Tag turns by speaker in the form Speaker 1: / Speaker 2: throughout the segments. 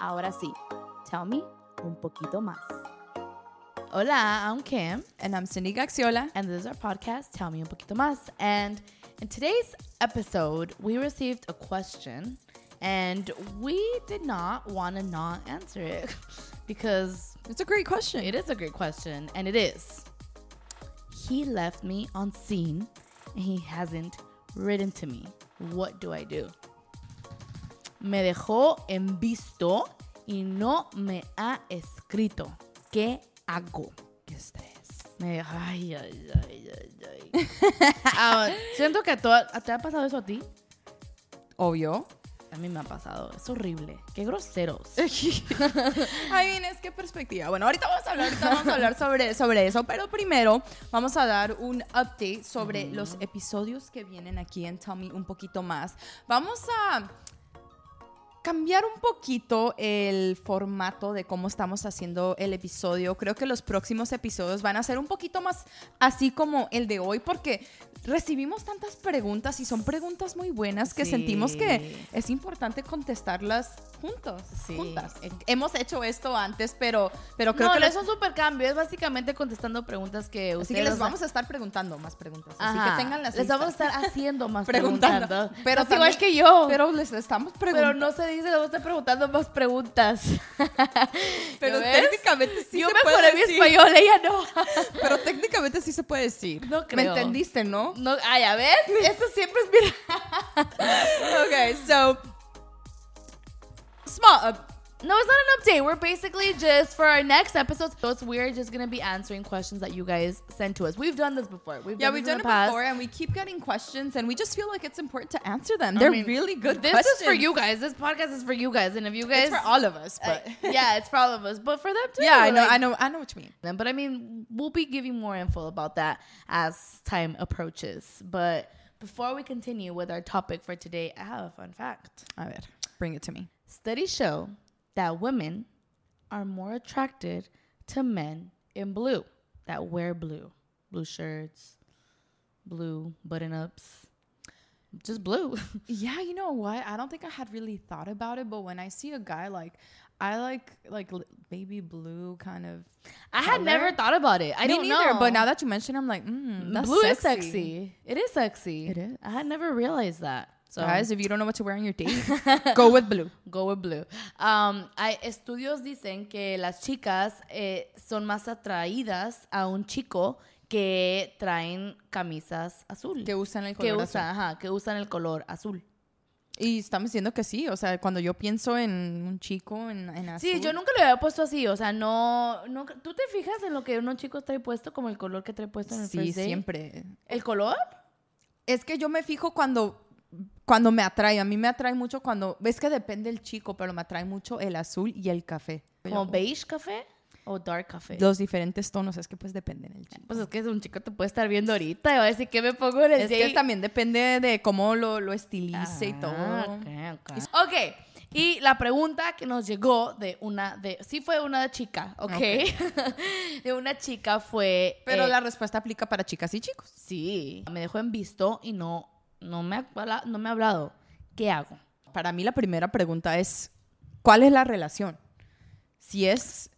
Speaker 1: Ahora sí, tell me un poquito más. Hola, I'm Kim,
Speaker 2: And I'm Cindy Gaxiola.
Speaker 1: and this is our podcast, Tell Me Un Poquito Más. And in today's episode, we received a question, and we did not want to not answer it because
Speaker 2: It's a great question.
Speaker 1: It is a great question, and it is. He left me on scene, and he hasn't written to me. What do I do? Me dejó en visto y no me ha escrito. ¿Qué hago?
Speaker 2: Qué estrés.
Speaker 1: Me dejó, ay, ay, ay, ay, ay. Ah, siento que a toda- te ha pasado eso a ti.
Speaker 2: Obvio.
Speaker 1: A mí me ha pasado. Es horrible. Qué groseros.
Speaker 2: I mean, es que perspectiva. Bueno, ahorita vamos a hablar, ahorita vamos a hablar sobre, sobre eso, pero primero vamos a dar un update sobre los episodios que vienen aquí en Tell Me un poquito más. Vamos a cambiar un poquito el formato de cómo estamos haciendo el episodio. Creo que los próximos episodios van a ser un poquito más así como el de hoy porque recibimos tantas preguntas y son preguntas muy buenas que
Speaker 1: Sí.
Speaker 2: sentimos que es importante contestarlas juntos,
Speaker 1: Sí.
Speaker 2: juntas. Hemos hecho esto antes, pero, pero creo
Speaker 1: no,
Speaker 2: que
Speaker 1: no
Speaker 2: los-
Speaker 1: es un supercambio. Es básicamente contestando preguntas que ustedes...
Speaker 2: así que les
Speaker 1: han-
Speaker 2: vamos a estar preguntando más preguntas, así
Speaker 1: Ajá.
Speaker 2: que tengan las
Speaker 1: Les vamos a estar haciendo más
Speaker 2: Preguntando.
Speaker 1: preguntando.
Speaker 2: Pero
Speaker 1: Estás igual
Speaker 2: también-
Speaker 1: que yo. Pero,
Speaker 2: pero les estamos preguntando.
Speaker 1: no se dice, les vamos a estar preguntando más preguntas.
Speaker 2: Pero
Speaker 1: ¿Ya ves?
Speaker 2: técnicamente sí
Speaker 1: yo
Speaker 2: se
Speaker 1: mejoré
Speaker 2: puede
Speaker 1: mi
Speaker 2: decir.
Speaker 1: español, ella no.
Speaker 2: Pero técnicamente sí se puede decir.
Speaker 1: No
Speaker 2: ¿Me
Speaker 1: creo.
Speaker 2: entendiste, no?
Speaker 1: no ay, a ver, esto siempre es mira.
Speaker 2: Okay, so small uh,
Speaker 1: No, it's not an update. We're basically just for our next episode. So it's we're just gonna be answering questions that you guys send to us. We've done this before. We've
Speaker 2: yeah,
Speaker 1: done
Speaker 2: we've
Speaker 1: this in
Speaker 2: done it
Speaker 1: the past.
Speaker 2: before and we keep getting questions and we just feel like it's important to answer them.
Speaker 1: I
Speaker 2: They're
Speaker 1: mean,
Speaker 2: really good
Speaker 1: This
Speaker 2: questions.
Speaker 1: is for you guys. This podcast is for you guys, and if you guys,
Speaker 2: It's for all of us,
Speaker 1: Uh,
Speaker 2: but
Speaker 1: yeah, it's for all of us, but for them too.
Speaker 2: yeah, I know,
Speaker 1: like-
Speaker 2: I know, I know what you mean.
Speaker 1: them. But I mean, we'll be giving more info about that as time approaches. But before we continue with our topic for today, I have a fun fact.
Speaker 2: A ver, bring it to me.
Speaker 1: Studies show that women are more attracted to men in blue that wear blue, blue shirts, blue button ups, just blue.
Speaker 2: Yeah, you know what? I don't think I had really thought about it, but when I see a guy like, I like like li- baby blue kind of.
Speaker 1: I had
Speaker 2: Color?
Speaker 1: never thought about it. I
Speaker 2: Me
Speaker 1: don't
Speaker 2: neither,
Speaker 1: know.
Speaker 2: But now that you mention, it, I'm like, mm, that's
Speaker 1: blue
Speaker 2: sexy.
Speaker 1: is sexy. It is sexy.
Speaker 2: It is.
Speaker 1: I had never realized that. So
Speaker 2: Guys, if you don't know what to wear on your date, go with blue.
Speaker 1: Go with blue. Um, hay estudios dicen que las chicas eh, son más atraídas a un chico que traen camisas azul.
Speaker 2: Que usan el
Speaker 1: que
Speaker 2: color azul.
Speaker 1: usan, ajá, que usan el color azul.
Speaker 2: Y estamos diciendo que sí, o sea, cuando yo pienso en un chico en, en azul.
Speaker 1: Sí, yo nunca lo había puesto así, o sea, no, no, ¿tú te fijas en lo que unos chicos trae puesto como el color que trae puesto en el
Speaker 2: Sí,
Speaker 1: first date?
Speaker 2: siempre.
Speaker 1: ¿El color?
Speaker 2: Es que yo me fijo cuando cuando me atrae, a mí me atrae mucho cuando ves que depende el chico, pero me atrae mucho el azul y el café.
Speaker 1: ¿Como beige café o dark café?
Speaker 2: Los diferentes tonos, es que pues dependen el chico.
Speaker 1: Pues es que un chico te puede estar viendo ahorita y va a decir que me pongo en el
Speaker 2: Es que
Speaker 1: date?"
Speaker 2: también depende de cómo lo, lo estilice y
Speaker 1: Ah,
Speaker 2: todo.
Speaker 1: ok, ok. Ok, y la pregunta que nos llegó de una de. Sí, fue una chica, ok. de una chica fue.
Speaker 2: Pero
Speaker 1: eh,
Speaker 2: la respuesta aplica para chicas y chicos.
Speaker 1: Sí, me dejó en visto y no, no, me, ha, habla- no me ha hablado. ¿Qué hago?
Speaker 2: Para mí la primera pregunta es, ¿cuál es la relación? Si es,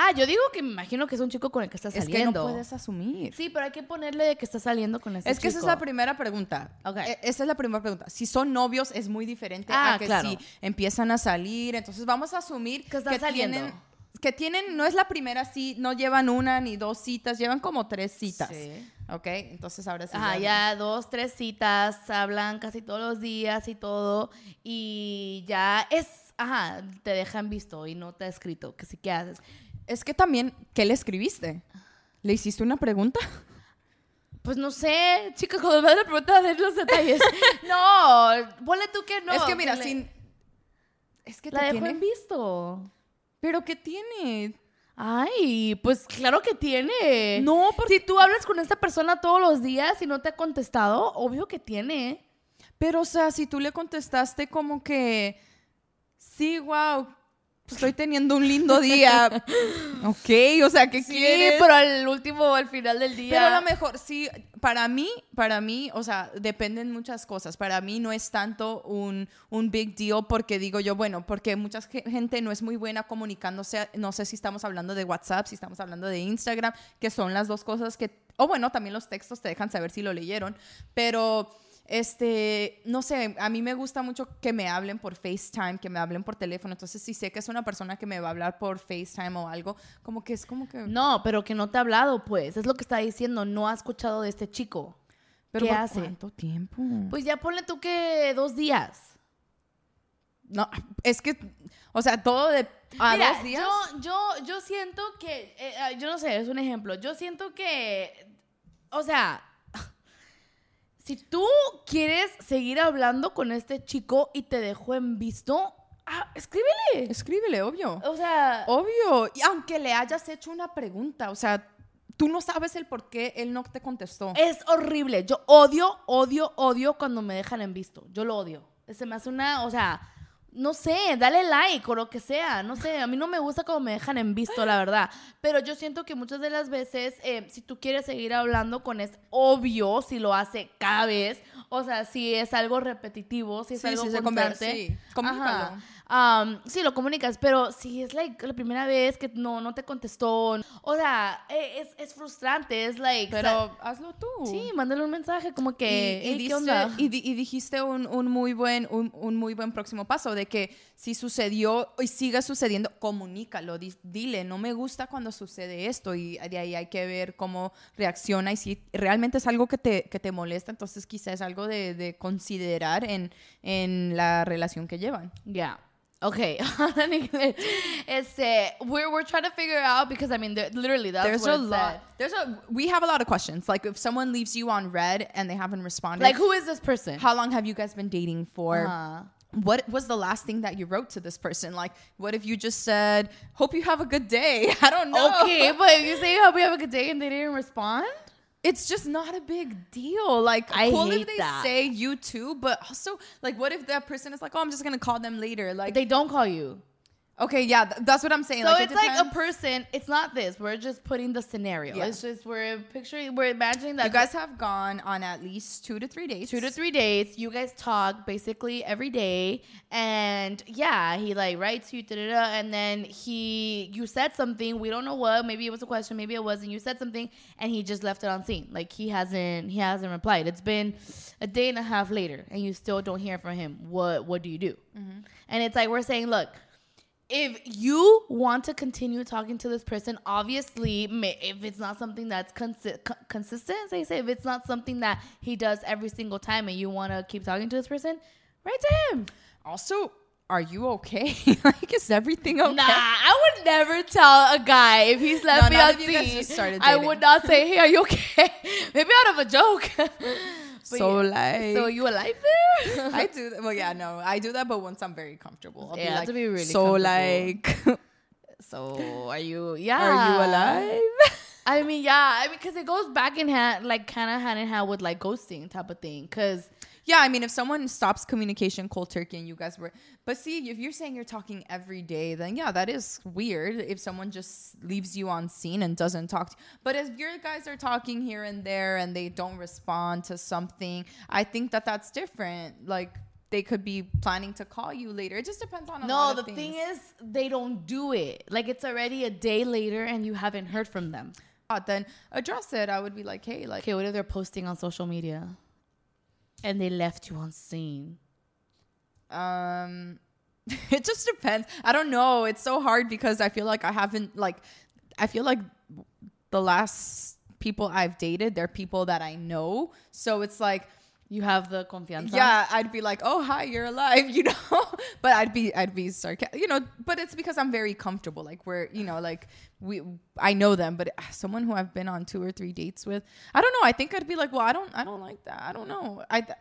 Speaker 1: Ah, yo digo que me imagino que es un chico con el que está
Speaker 2: es que no
Speaker 1: saliendo.
Speaker 2: puedes asumir.
Speaker 1: Sí, pero hay que ponerle de que está saliendo con ese
Speaker 2: Es que esa es
Speaker 1: chico.
Speaker 2: la primera pregunta.
Speaker 1: Ok.
Speaker 2: E- Esa es la primera pregunta. Si son novios es muy diferente
Speaker 1: Ah,
Speaker 2: a que
Speaker 1: claro.
Speaker 2: si empiezan a salir. Entonces vamos a asumir
Speaker 1: Que están saliendo.
Speaker 2: tienen que tienen no es la primera sí, no llevan una ni dos citas, llevan como tres citas.
Speaker 1: Sí.
Speaker 2: Ok, entonces ahora sí.
Speaker 1: Ajá, ya dos, tres citas, hablan casi todos los días y todo. Y ya es, ajá, te dejan visto y no te ha escrito. Que sí, ¿qué haces?
Speaker 2: Es que también ¿qué le escribiste? ¿Le hiciste una pregunta?
Speaker 1: Pues no sé, chicos, cuando me van a preguntar de los detalles. no, ponle tú que no.
Speaker 2: es que mira,
Speaker 1: le-
Speaker 2: sin es que
Speaker 1: La
Speaker 2: te
Speaker 1: dejó
Speaker 2: tiene-
Speaker 1: en visto.
Speaker 2: pero qué tiene?
Speaker 1: Ay, pues claro que tiene.
Speaker 2: No, porque
Speaker 1: Si tú hablas con esta persona todos los días y no te ha contestado, obvio que tiene.
Speaker 2: Pero, o sea, si tú le contestaste como que, sí, wow, estoy teniendo un lindo día. ok, o sea, ¿qué
Speaker 1: Sí,
Speaker 2: quieres?
Speaker 1: pero al último, al final del día.
Speaker 2: Pero a lo mejor, sí, para mí, para mí, o sea, dependen muchas cosas. Para mí no es tanto un, un big deal porque digo yo, bueno, porque mucha ge- gente no es muy buena comunicándose. No sé si estamos hablando de WhatsApp, si estamos hablando de Instagram, que son las dos cosas que... O bueno, también los textos te dejan saber si lo leyeron, pero... Este, no sé, a mí me gusta mucho que me hablen por FaceTime, que me hablen por teléfono. Entonces, si sé que es una persona que me va a hablar por FaceTime o algo, como que es como que...
Speaker 1: No, pero que no te ha hablado, pues. Es lo que está diciendo. No ha escuchado de este chico.
Speaker 2: ¿Pero
Speaker 1: ¿qué
Speaker 2: por
Speaker 1: hace?
Speaker 2: ¿Cuánto tiempo?
Speaker 1: Pues ya ponle tú que dos días.
Speaker 2: No, es que, o sea, todo de a
Speaker 1: Mira,
Speaker 2: dos días.
Speaker 1: Yo, yo, yo siento que, eh, ah, yo no sé, es un ejemplo. Yo siento que, o sea, si tú quieres seguir hablando con este chico y te dejó en visto, ah, escríbele.
Speaker 2: Escríbele, obvio.
Speaker 1: O sea,
Speaker 2: Obvio. Y aunque le hayas hecho una pregunta, o sea, tú no sabes el por qué él no te contestó.
Speaker 1: es horrible. Yo odio, odio, odio cuando me dejan en visto. Yo lo odio. Se me hace una, o sea, no sé, dale like o lo que sea. No sé, a mí no me gusta cuando me dejan en visto, la verdad. Pero yo siento que muchas de las veces, eh, si tú quieres seguir hablando con es obvio si lo hace cada vez. O sea, si es algo repetitivo, si es
Speaker 2: Sí,
Speaker 1: algo
Speaker 2: sí, se conver-
Speaker 1: constante.
Speaker 2: sí. Comunícalo.
Speaker 1: Ajá. Am, sí, lo comunicas, pero si es like la primera vez que no, no te contestó. O sea, eh, es, es frustrante, es like.
Speaker 2: Pero
Speaker 1: sa-
Speaker 2: hazlo tú.
Speaker 1: Sí, mándale un mensaje como
Speaker 2: Y,
Speaker 1: que,
Speaker 2: y
Speaker 1: "Ey,
Speaker 2: diste-
Speaker 1: ¿qué onda?
Speaker 2: y di- y dijiste un, un muy buen, un, un muy buen próximo paso de que si sucedió y siga sucediendo, comunícalo, di- dile, no me gusta cuando sucede esto y de ahí hay que ver cómo reacciona y si realmente es algo que te, que te molesta, entonces quizás es algo de, de considerar en, en la relación que llevan.
Speaker 1: Yeah. Okay. Ahora en inglés. Este, we're, we're trying to figure out because I mean, there- literally, that's
Speaker 2: There's
Speaker 1: what
Speaker 2: a
Speaker 1: it
Speaker 2: lot.
Speaker 1: said.
Speaker 2: There's a, we have a lot of questions. Like if someone leaves you on red and they haven't responded,
Speaker 1: Like, who is this person?
Speaker 2: how long have you guys been dating for?
Speaker 1: Uh-huh.
Speaker 2: what was the last thing that you wrote to this person? Like, what if you just said, "Hope you have a good day"? I don't know.
Speaker 1: Okay, but if you say hope you have a good day and they didn't respond,
Speaker 2: it's just not a big deal. Like,
Speaker 1: I
Speaker 2: cool
Speaker 1: hate
Speaker 2: if they
Speaker 1: that.
Speaker 2: say you too, but also, like, what if that person is like, "Oh, I'm just gonna call them later"? Like,
Speaker 1: they don't call you.
Speaker 2: okay, yeah, th- that's what I'm saying.
Speaker 1: So
Speaker 2: like, it
Speaker 1: it's like a
Speaker 2: depends.
Speaker 1: person. It's not this. We're just putting the scenario.
Speaker 2: Yeah.
Speaker 1: It's just we're picturing. We're imagining that
Speaker 2: You guys have gone on at least two to three days.
Speaker 1: two to three days. You guys talk basically every day, and yeah, he like writes you, da da da, and then he you said something. We don't know what. Maybe it was a question. Maybe it wasn't. You said something, and he just left it on scene. Like he hasn't he hasn't replied. It's been a day and a half later, and you still don't hear from him. What what do you do? And it's like we're saying, look, if you want to continue talking to this person, obviously, ma- if it's not something that's consi- co- consistent, they say if it's not something that he does every single time, and you want to keep talking to this person, write to him.
Speaker 2: Also, are you okay? like, is everything okay?
Speaker 1: Nah, I would never tell a guy if he's left
Speaker 2: No,
Speaker 1: me
Speaker 2: not
Speaker 1: on
Speaker 2: if you guys
Speaker 1: scene.
Speaker 2: just started
Speaker 1: I
Speaker 2: dating.
Speaker 1: would not say, "Hey, are you okay?" Maybe out of a joke. But
Speaker 2: So
Speaker 1: yeah.
Speaker 2: like,
Speaker 1: so you alive there?
Speaker 2: I do. That. Well, yeah, no, I do that, but once I'm very comfortable, I'll
Speaker 1: Yeah,
Speaker 2: be
Speaker 1: you have
Speaker 2: like,
Speaker 1: to be really
Speaker 2: so like,
Speaker 1: so are you? Yeah.
Speaker 2: are you alive?
Speaker 1: I mean, yeah, I mean, because it goes back in hand, like kind of hand in hand with like ghosting type of thing. Because
Speaker 2: Yeah, I mean, if someone stops communication cold turkey and you guys were, but see, if you're saying you're talking every day, then yeah, that is weird. If someone just leaves you on scene and doesn't talk, to, but if your guys are talking here and there and they don't respond to something, I think that that's different. Like they could be planning to call you later. It just depends on a
Speaker 1: no,
Speaker 2: lot
Speaker 1: the
Speaker 2: of
Speaker 1: thing
Speaker 2: things.
Speaker 1: is, they don't do it. Like it's already a day later and you haven't heard from them.
Speaker 2: But then address it. I would be like, hey, like.
Speaker 1: Okay, what if they're posting on social media and they left you on scene?
Speaker 2: Um, it just depends. I don't know. It's so hard because I feel like I haven't like I feel like the last people I've dated, they're people that I know. So it's like
Speaker 1: You have the confianza.
Speaker 2: yeah, I'd be like, "Oh, hi, you're alive," you know. but I'd be, I'd be sarcastic, you know. But it's because I'm very comfortable. Like we're, you know, like we, I know them. But ah, someone who I've been on two or three dates with, I don't know. I think I'd be like, "Well, I don't, I don't like that. I don't know." I, th-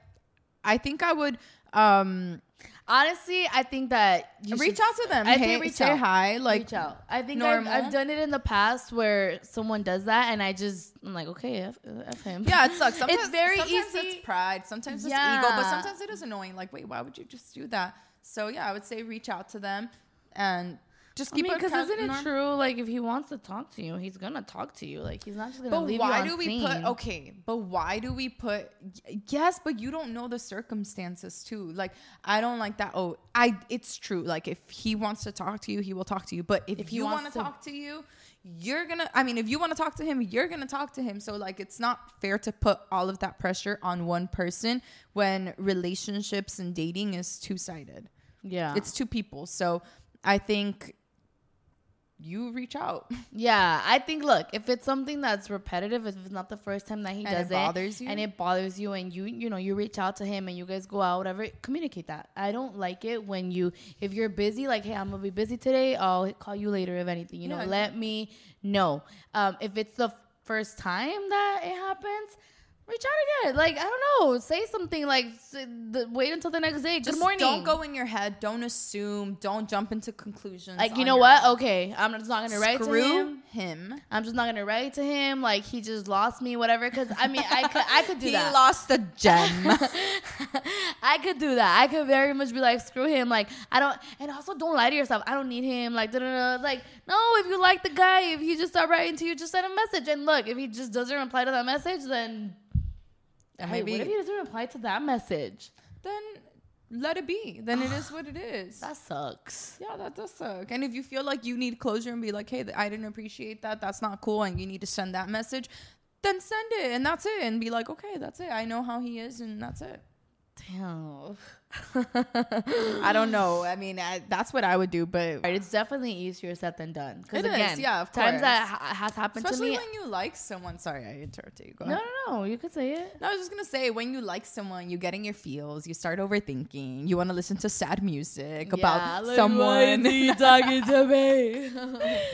Speaker 2: I think I would. um
Speaker 1: Honestly, I think that you
Speaker 2: reach
Speaker 1: should-
Speaker 2: out to them.
Speaker 1: I
Speaker 2: hey,
Speaker 1: think reach
Speaker 2: say
Speaker 1: out.
Speaker 2: hi. Like,
Speaker 1: Reach out. I think I've,
Speaker 2: normal.
Speaker 1: I've done it in the past where someone does that and I just, I'm like, okay, F, F him.
Speaker 2: yeah, it sucks. Sometimes,
Speaker 1: it's very
Speaker 2: sometimes
Speaker 1: easy.
Speaker 2: It's pride. Sometimes it's ego, but
Speaker 1: Yeah.
Speaker 2: sometimes it is annoying. Like, wait, why would you just do that? So yeah, I would say reach out to them and Just
Speaker 1: I
Speaker 2: keep
Speaker 1: mean,
Speaker 2: a
Speaker 1: because
Speaker 2: cal-
Speaker 1: isn't it
Speaker 2: nor-
Speaker 1: true? Like, if he wants to talk to you, he's gonna talk to you. Like, he's not just gonna
Speaker 2: But
Speaker 1: leave
Speaker 2: why
Speaker 1: you
Speaker 2: do
Speaker 1: on
Speaker 2: we
Speaker 1: scene.
Speaker 2: put okay? But why do we put y- yes? But you don't know the circumstances too. Like I don't like that. Oh, I it's true. Like if he wants to talk to you, he will talk to you. But if,
Speaker 1: If he
Speaker 2: you
Speaker 1: wants
Speaker 2: want to
Speaker 1: to-
Speaker 2: talk to you, you're gonna. I mean, if you want to talk to him, you're gonna talk to him. So like it's not fair to put all of that pressure on one person when relationships and dating is two sided.
Speaker 1: Yeah,
Speaker 2: It's two people. So I think you reach out.
Speaker 1: yeah. I think look, if it's something that's repetitive, if it's not the first time that he
Speaker 2: And it
Speaker 1: does it,
Speaker 2: bothers you?
Speaker 1: and it bothers you, and you you know you reach out to him and you guys go out, whatever, communicate that. I don't like it when you if you're busy, like hey, I'm gonna be busy today. I'll call you later if anything. You know,
Speaker 2: Yeah.
Speaker 1: let me know. Um, if it's the first time that it happens. Reach out again. Like, I don't know. Say something. Like, s- the, wait until the next day. Good
Speaker 2: Just
Speaker 1: morning.
Speaker 2: Don't go in your head. Don't assume. Don't jump into conclusions.
Speaker 1: Like you
Speaker 2: on
Speaker 1: know
Speaker 2: your
Speaker 1: what?
Speaker 2: own.
Speaker 1: Okay, I'm just not gonna write
Speaker 2: Screw
Speaker 1: to him.
Speaker 2: him.
Speaker 1: I'm just not gonna write to him. Like he just lost me, whatever. Because I mean, I could, I could do
Speaker 2: he
Speaker 1: that.
Speaker 2: lost a gem.
Speaker 1: I could do that. I could very much be like, screw him. Like I don't, and also don't lie to yourself. I don't need him. Like da da da. Like no, if you like the guy, if he just stopped writing to you, just send a message. And look, if he just doesn't reply to that message, then
Speaker 2: And
Speaker 1: Wait,
Speaker 2: maybe
Speaker 1: what if he doesn't reply to that message?
Speaker 2: then let it be. Then it is what it is.
Speaker 1: That sucks.
Speaker 2: yeah, that does suck. And if you feel like you need closure and be like, hey, th- I didn't appreciate that. That's not cool. And you need to send that message. Then send it, and that's it. And be like, okay, that's it. I know how he is, and that's it.
Speaker 1: Damn.
Speaker 2: I don't know. I mean, I, that's what I would do, but
Speaker 1: Right, it's definitely easier said than done. Because
Speaker 2: It is,
Speaker 1: again,
Speaker 2: yeah, of
Speaker 1: times
Speaker 2: course.
Speaker 1: that ha- has happened
Speaker 2: especially
Speaker 1: to me.
Speaker 2: when you like someone. Sorry, I interrupted you. Go
Speaker 1: no,
Speaker 2: ahead.
Speaker 1: no, no. You could say it.
Speaker 2: No, I was just gonna say, when you like someone, you get in your feels, you start overthinking, you want to listen to sad music about someone.
Speaker 1: talking to me?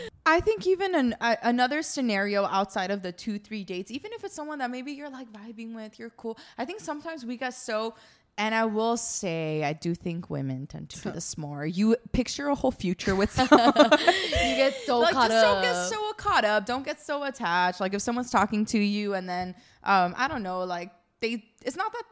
Speaker 2: I think even an, a, another scenario outside of the two three dates, even if it's someone that maybe you're like vibing with, you're cool. I think sometimes we get so. And I will say, I do think women tend to do this more. You picture a whole future with someone.
Speaker 1: you get so
Speaker 2: like
Speaker 1: caught
Speaker 2: just
Speaker 1: up.
Speaker 2: don't get so caught up don't get so attached like if someone's talking to you and then um i don't know like they it's not that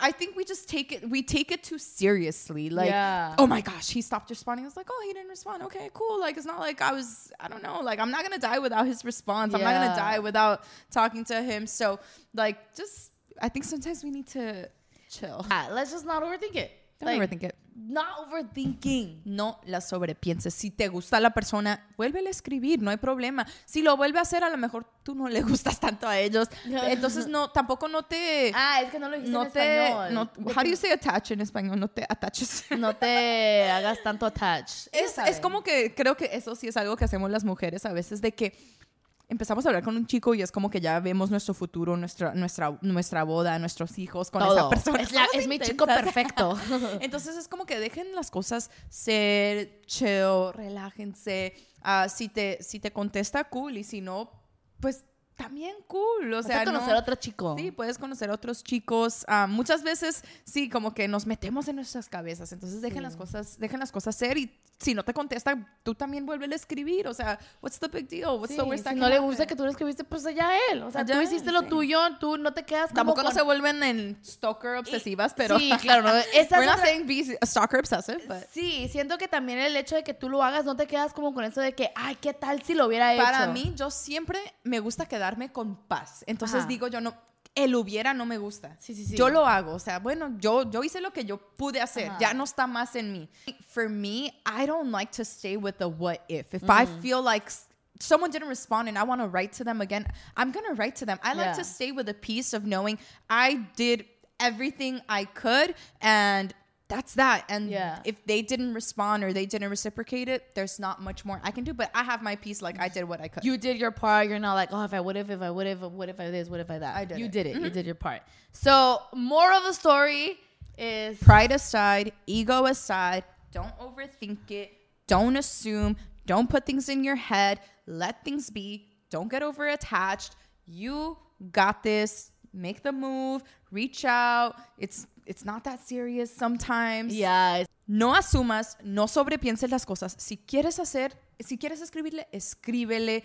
Speaker 2: i think we just take it we take it too seriously like
Speaker 1: Yeah.
Speaker 2: oh my gosh he stopped responding it's like oh he didn't respond okay cool like it's not like i was i don't know like i'm not gonna die without his response i'm not
Speaker 1: Yeah.
Speaker 2: gonna die without talking to him so like just i think sometimes we need to chill
Speaker 1: Yeah, let's just not overthink it.
Speaker 2: don't
Speaker 1: Like,
Speaker 2: overthink it
Speaker 1: Not overthinking.
Speaker 2: no la sobrepienses. Si te gusta la persona, vuélvele a escribir, no hay problema. Si lo vuelve a hacer, a lo mejor tú no le gustas tanto a ellos. Entonces no, tampoco no te,
Speaker 1: Ah, es que no lo dijiste
Speaker 2: no
Speaker 1: en
Speaker 2: te,
Speaker 1: español.
Speaker 2: no, how do you say attach en español? No te ataches.
Speaker 1: No te hagas tanto attached. Ya
Speaker 2: Es, es
Speaker 1: saben.
Speaker 2: como que creo que eso sí es algo que hacemos las mujeres a veces de que empezamos a hablar con un chico y es como que ya vemos nuestro futuro, nuestra, nuestra, nuestra boda, nuestros hijos con
Speaker 1: Todo.
Speaker 2: esa persona.
Speaker 1: Es, la-
Speaker 2: Somos
Speaker 1: es mi chico
Speaker 2: intensas.
Speaker 1: perfecto.
Speaker 2: Entonces es como que dejen las cosas ser, chill, relájense. Ah, si, te, si te contesta, cool. Y si no, pues también cool. O
Speaker 1: o sea,
Speaker 2: sea, no-
Speaker 1: conocer a otro chico.
Speaker 2: Sí, puedes conocer a otros chicos. Ah, muchas veces, sí, como que nos metemos en nuestras cabezas. Entonces dejen las cosas, dejen las cosas ser y si no te contesta, tú también vuelve a escribir. O sea, what's the big deal? What's
Speaker 1: Sí,
Speaker 2: the worst
Speaker 1: si
Speaker 2: that
Speaker 1: no
Speaker 2: can
Speaker 1: le
Speaker 2: happen?
Speaker 1: gusta que tú lo escribiste, pues allá él. O sea,
Speaker 2: Allá
Speaker 1: tú
Speaker 2: él,
Speaker 1: hiciste lo
Speaker 2: sí.
Speaker 1: tuyo, tú no te quedas como
Speaker 2: Tampoco no
Speaker 1: con-
Speaker 2: se vuelven en stalker obsesivas, pero...
Speaker 1: Sí, claro, no. Esa
Speaker 2: We're
Speaker 1: es
Speaker 2: not
Speaker 1: otra-
Speaker 2: saying be a stalker obsessive, but...
Speaker 1: Sí, siento que también el hecho de que tú lo hagas, no te quedas como con eso de que, ay, ¿qué tal si lo hubiera hecho?
Speaker 2: Para mí, yo siempre me gusta quedarme con paz. Entonces
Speaker 1: Ajá.
Speaker 2: digo yo no, el hubiera no me gusta.
Speaker 1: Sí, sí, sí.
Speaker 2: Yo lo hago. O sea, bueno, yo, yo hice lo que yo pude hacer.
Speaker 1: Ajá.
Speaker 2: Ya no está más en mí. For me, I don't like to stay with the what if. If I
Speaker 1: Mm.
Speaker 2: feel like s- someone didn't respond and I want to write to them again, I'm going to write to them. I like
Speaker 1: Yeah.
Speaker 2: to stay with a piece of knowing I did everything I could and that's that. And
Speaker 1: Yeah.
Speaker 2: if they didn't respond or they didn't reciprocate it, there's not much more I can do. But I have my piece, like I did what I could.
Speaker 1: You did your part. You're not like, oh, if I would have, if I would have, what if I this, what if I that.
Speaker 2: I did
Speaker 1: You
Speaker 2: it.
Speaker 1: did it. Mm-hmm. You did your part. So, moral of the story is
Speaker 2: pride aside, ego aside, don't overthink it, don't assume, don't put things in your head, let things be, don't get over attached. You got this. Make the move, reach out. It's it's not that serious sometimes.
Speaker 1: yeah, it's
Speaker 2: No asumas, no sobrepienses las cosas. Si quieres hacer, si quieres escribirle, escríbele.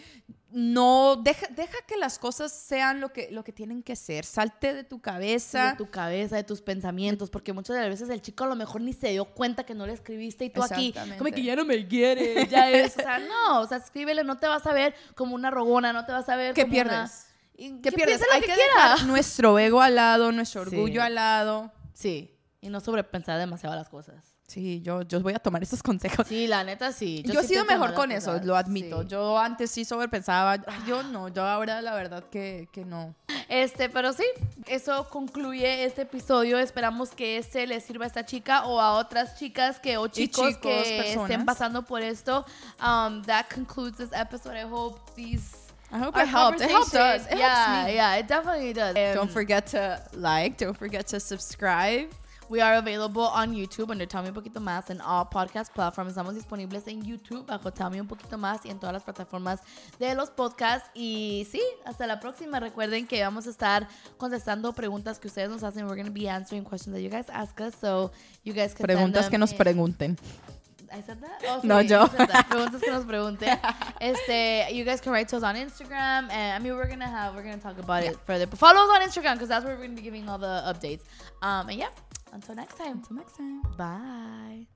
Speaker 2: No, deja, deja que las cosas sean lo que, lo que tienen que ser. Salte de tu cabeza.
Speaker 1: de tu cabeza, de tus pensamientos, porque muchas de las veces el chico a lo mejor ni se dio cuenta que no le escribiste y tú aquí, como que
Speaker 2: Exactamente.
Speaker 1: ya no me quiere, ya es, o sea, no, o sea, escríbele, no te vas a ver como una rogona, no te vas a ver
Speaker 2: ¿Qué
Speaker 1: como una-
Speaker 2: pierdes?
Speaker 1: Y
Speaker 2: que
Speaker 1: que
Speaker 2: pierdes.
Speaker 1: piense lo
Speaker 2: Hay
Speaker 1: que,
Speaker 2: que
Speaker 1: quiera.
Speaker 2: dejar nuestro ego al lado, nuestro
Speaker 1: Sí.
Speaker 2: orgullo al lado.
Speaker 1: Sí, y no sobrepensar demasiado las cosas.
Speaker 2: Sí, yo, yo voy a tomar esos consejos.
Speaker 1: Sí, la neta sí.
Speaker 2: Yo, he
Speaker 1: sí pienso
Speaker 2: sido mejor
Speaker 1: malas
Speaker 2: con eso,
Speaker 1: cosas,
Speaker 2: lo admito.
Speaker 1: sí.
Speaker 2: Yo antes sí sobrepensaba. ay, Yo no, yo ahora la verdad que, que no.
Speaker 1: Este, pero sí, eso concluye este episodio. Esperamos que este le sirva a esta chica o a otras chicas que o chicos,
Speaker 2: chicos,
Speaker 1: que
Speaker 2: personas.
Speaker 1: estén pasando por esto. Um, that concludes this episode. I hope these
Speaker 2: I hope
Speaker 1: our
Speaker 2: it helped. It helped us.
Speaker 1: conversation-
Speaker 2: It
Speaker 1: yeah,
Speaker 2: helps me.
Speaker 1: yeah, it definitely does.
Speaker 2: Don't
Speaker 1: Um,
Speaker 2: forget to like. Don't forget to subscribe.
Speaker 1: We are available on YouTube under Tell Me Un Poquito Más en all podcast platforms. Estamos disponibles en YouTube bajo Tell Me Un Poquito Más y en todas las plataformas de los podcasts. Y sí, hasta la próxima. Recuerden que vamos a estar contestando preguntas que ustedes nos hacen. We're going to be answering questions that you guys ask us. So you guys can send
Speaker 2: Preguntas
Speaker 1: them
Speaker 2: que nos
Speaker 1: in-
Speaker 2: pregunten.
Speaker 1: I said that? Oh,
Speaker 2: No,
Speaker 1: sorry,
Speaker 2: yo.
Speaker 1: I said that. Preguntas que nos pregunten. Este, you guys can write to us on Instagram. And I mean, we're going to have, we're going to talk about it further. But follow us on Instagram because that's where we're going to be giving all the updates. Um, and yeah, until next time.
Speaker 2: Until next time.
Speaker 1: Bye.